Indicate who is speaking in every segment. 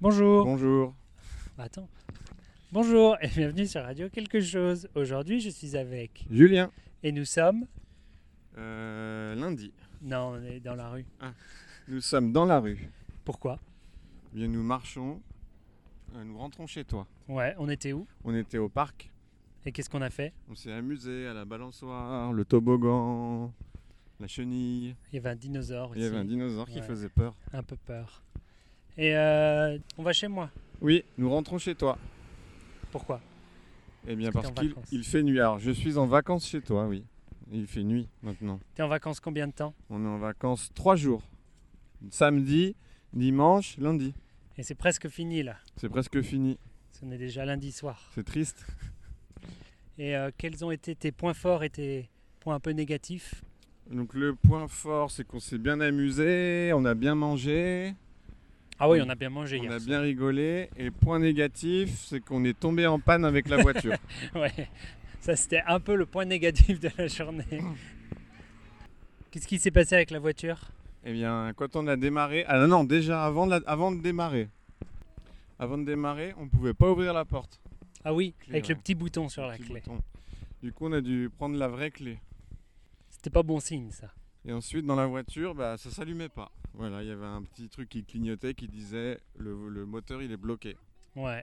Speaker 1: Bonjour. Bah,
Speaker 2: Bonjour.
Speaker 1: Attends. Bonjour et bienvenue sur Radio Quelque chose. Aujourd'hui, je suis avec.
Speaker 2: Julien.
Speaker 1: Et nous sommes.
Speaker 2: Euh, lundi,
Speaker 1: Non, on est dans la rue.
Speaker 2: nous sommes dans la rue.
Speaker 1: Pourquoi
Speaker 2: Eh Bien, nous marchons, euh, nous rentrons chez toi.
Speaker 1: Ouais, on était où
Speaker 2: On était au parc,
Speaker 1: Et qu'est-ce qu'on a fait
Speaker 2: on s'est amusé à la balançoire, le toboggan, la chenille.
Speaker 1: Il y avait un dinosaure
Speaker 2: Il y
Speaker 1: aussi.
Speaker 2: avait un dinosaure qui
Speaker 1: Ouais.
Speaker 2: faisait peur.
Speaker 1: un peu peur. Et euh, on va chez moi.
Speaker 2: Oui, nous rentrons chez toi.
Speaker 1: Pourquoi
Speaker 2: Eh bien,
Speaker 1: Parce
Speaker 2: parce
Speaker 1: que t'es en
Speaker 2: qu'il
Speaker 1: vacances.
Speaker 2: il fait nuit. Alors, je suis en vacances chez toi, oui. Il fait nuit maintenant.
Speaker 1: T'es en vacances combien de temps
Speaker 2: On est en vacances trois jours. Samedi, dimanche, lundi.
Speaker 1: Et c'est presque fini là.
Speaker 2: C'est presque fini.
Speaker 1: Parce qu'on est déjà lundi soir.
Speaker 2: C'est triste.
Speaker 1: Et euh, quels ont été tes points forts et tes points un peu négatifs
Speaker 2: Donc le point fort, c'est qu'on s'est bien amusé, on a bien mangé,
Speaker 1: Ah oui, on a bien mangé
Speaker 2: on
Speaker 1: hier.
Speaker 2: a bien rigolé. Et point négatif, c'est qu'on est tombé en panne avec la voiture.
Speaker 1: Ouais, ça c'était un peu le point négatif de la journée. Qu'est-ce qui s'est passé avec la voiture
Speaker 2: Eh bien, quand on a démarré, ah non, non, déjà avant de, la- avant de démarrer, avant de démarrer, on pouvait pas ouvrir la porte.
Speaker 1: Ah oui,
Speaker 2: Clé,
Speaker 1: avec le
Speaker 2: ouais.
Speaker 1: petit bouton sur la
Speaker 2: Petit
Speaker 1: clé.
Speaker 2: bouton. Du coup, on a dû prendre la vraie clé.
Speaker 1: C'était pas bon signe ça.
Speaker 2: Et ensuite, dans la voiture, bah, ça s'allumait pas. Voilà, il y avait un petit truc qui clignotait qui disait le, le moteur il est bloqué.
Speaker 1: Ouais,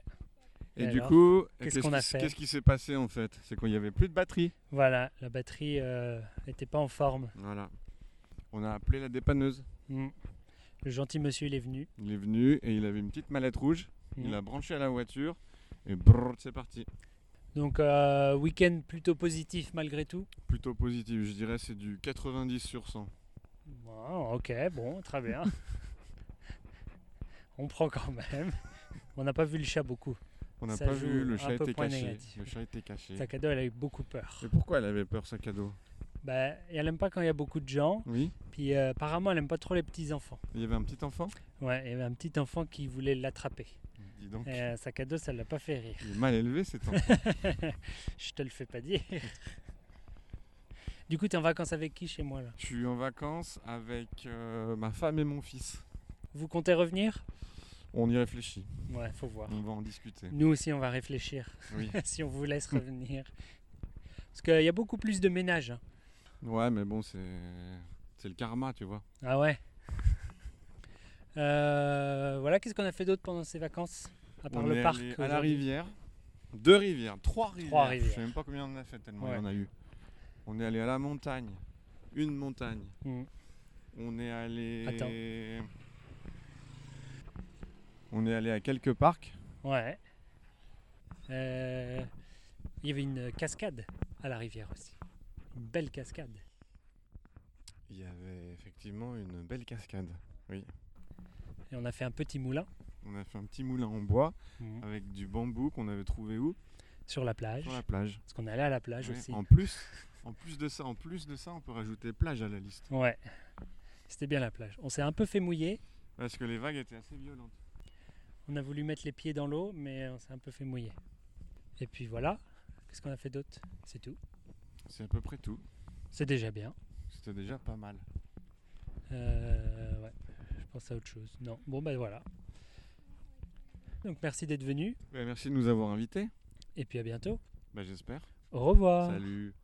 Speaker 2: Et,
Speaker 1: Et
Speaker 2: du
Speaker 1: alors
Speaker 2: coup,
Speaker 1: Qu'est-ce qu'on a
Speaker 2: qui-
Speaker 1: fait
Speaker 2: qu'est-ce qui s'est passé en fait C'est qu'il y avait plus de batterie.
Speaker 1: voilà, la batterie euh, était pas en forme.
Speaker 2: Voilà. On a appelé la dépanneuse.
Speaker 1: Mm. Le gentil monsieur il est venu.
Speaker 2: Il est venu et il avait une petite mallette rouge.
Speaker 1: Mm.
Speaker 2: Il a branché à la voiture et brrr, c'est parti.
Speaker 1: Donc euh, week-end plutôt positif malgré tout.
Speaker 2: Plutôt positif, je dirais c'est du 90 sur 100.
Speaker 1: Bon, ok, bon, très bien. On prend quand même. On n'a pas vu le chat beaucoup.
Speaker 2: On n'a
Speaker 1: Ça
Speaker 2: pas
Speaker 1: joue
Speaker 2: vu, le
Speaker 1: un
Speaker 2: chat
Speaker 1: peu
Speaker 2: était
Speaker 1: point
Speaker 2: caché.
Speaker 1: négatif.
Speaker 2: Le chat était caché.
Speaker 1: Sakado elle a eu beaucoup peur.
Speaker 2: Et pourquoi elle avait peur, sac à dos
Speaker 1: Bah, elle aime pas quand il y a beaucoup de gens.
Speaker 2: Oui,
Speaker 1: Puis euh, apparemment, elle aime pas trop les petits enfants.
Speaker 2: il y avait un petit enfant.
Speaker 1: Ouais, il y avait un petit enfant qui voulait l'attraper.
Speaker 2: Dis donc,
Speaker 1: Et euh, sac à dos, ça l'a pas fait rire.
Speaker 2: il est mal élevé cet enfant.
Speaker 1: Je te le fais pas dire. du coup, t'es en vacances avec qui chez moi là
Speaker 2: je suis en vacances avec euh, ma femme et mon fils.
Speaker 1: Vous comptez revenir
Speaker 2: On y réfléchit,
Speaker 1: Ouais, faut voir.
Speaker 2: on va en discuter.
Speaker 1: Nous aussi, on va réfléchir
Speaker 2: Oui.
Speaker 1: si on vous laisse revenir. Parce qu'il y a beaucoup plus de ménages. hein.
Speaker 2: Ouais, mais bon, c'est c'est le karma, tu vois.
Speaker 1: Ah ouais. Euh, voilà, qu'est-ce qu'on a fait d'autre pendant ces vacances À part
Speaker 2: on
Speaker 1: le
Speaker 2: est
Speaker 1: parc.
Speaker 2: allé à la
Speaker 1: aujourd'hui.
Speaker 2: rivière. Deux rivières, trois rivières.
Speaker 1: rivières.
Speaker 2: Je sais même pas combien on en a fait tellement
Speaker 1: Ouais.
Speaker 2: il y en a eu. On est allé à la montagne, une montagne.
Speaker 1: Mm.
Speaker 2: On est allé.
Speaker 1: Attends.
Speaker 2: On est allé à quelques parcs.
Speaker 1: Ouais. Euh, il y avait une cascade à la rivière aussi. Une belle cascade.
Speaker 2: Il y avait effectivement une belle cascade.
Speaker 1: Et on a fait un petit moulin
Speaker 2: On a fait un petit moulin en bois
Speaker 1: Mhm.
Speaker 2: avec du bambou qu'on avait trouvé où
Speaker 1: sur la plage.
Speaker 2: Sur la plage.
Speaker 1: Parce qu'on est allé à la plage
Speaker 2: Ouais.
Speaker 1: aussi.
Speaker 2: En plus, en plus de ça, en plus de ça, on peut rajouter plage à la liste
Speaker 1: Ouais. C'était bien la plage. On s'est un peu fait mouiller.
Speaker 2: parce que les vagues étaient assez violentes.
Speaker 1: On a voulu mettre les pieds dans l'eau, mais on s'est un peu fait mouiller. Et puis voilà. Qu'est-ce qu'on a fait d'autre C'est tout.
Speaker 2: C'est à peu près tout.
Speaker 1: C'est déjà bien.
Speaker 2: C'était déjà pas mal.
Speaker 1: Euh, ouais. Je pense à autre chose. Non. Bon, ben voilà. Donc merci d'être venu.
Speaker 2: Bah, Ouais, merci de nous avoir invités.
Speaker 1: Et puis à bientôt.
Speaker 2: Bah, j'espère.
Speaker 1: Au revoir.
Speaker 2: Salut.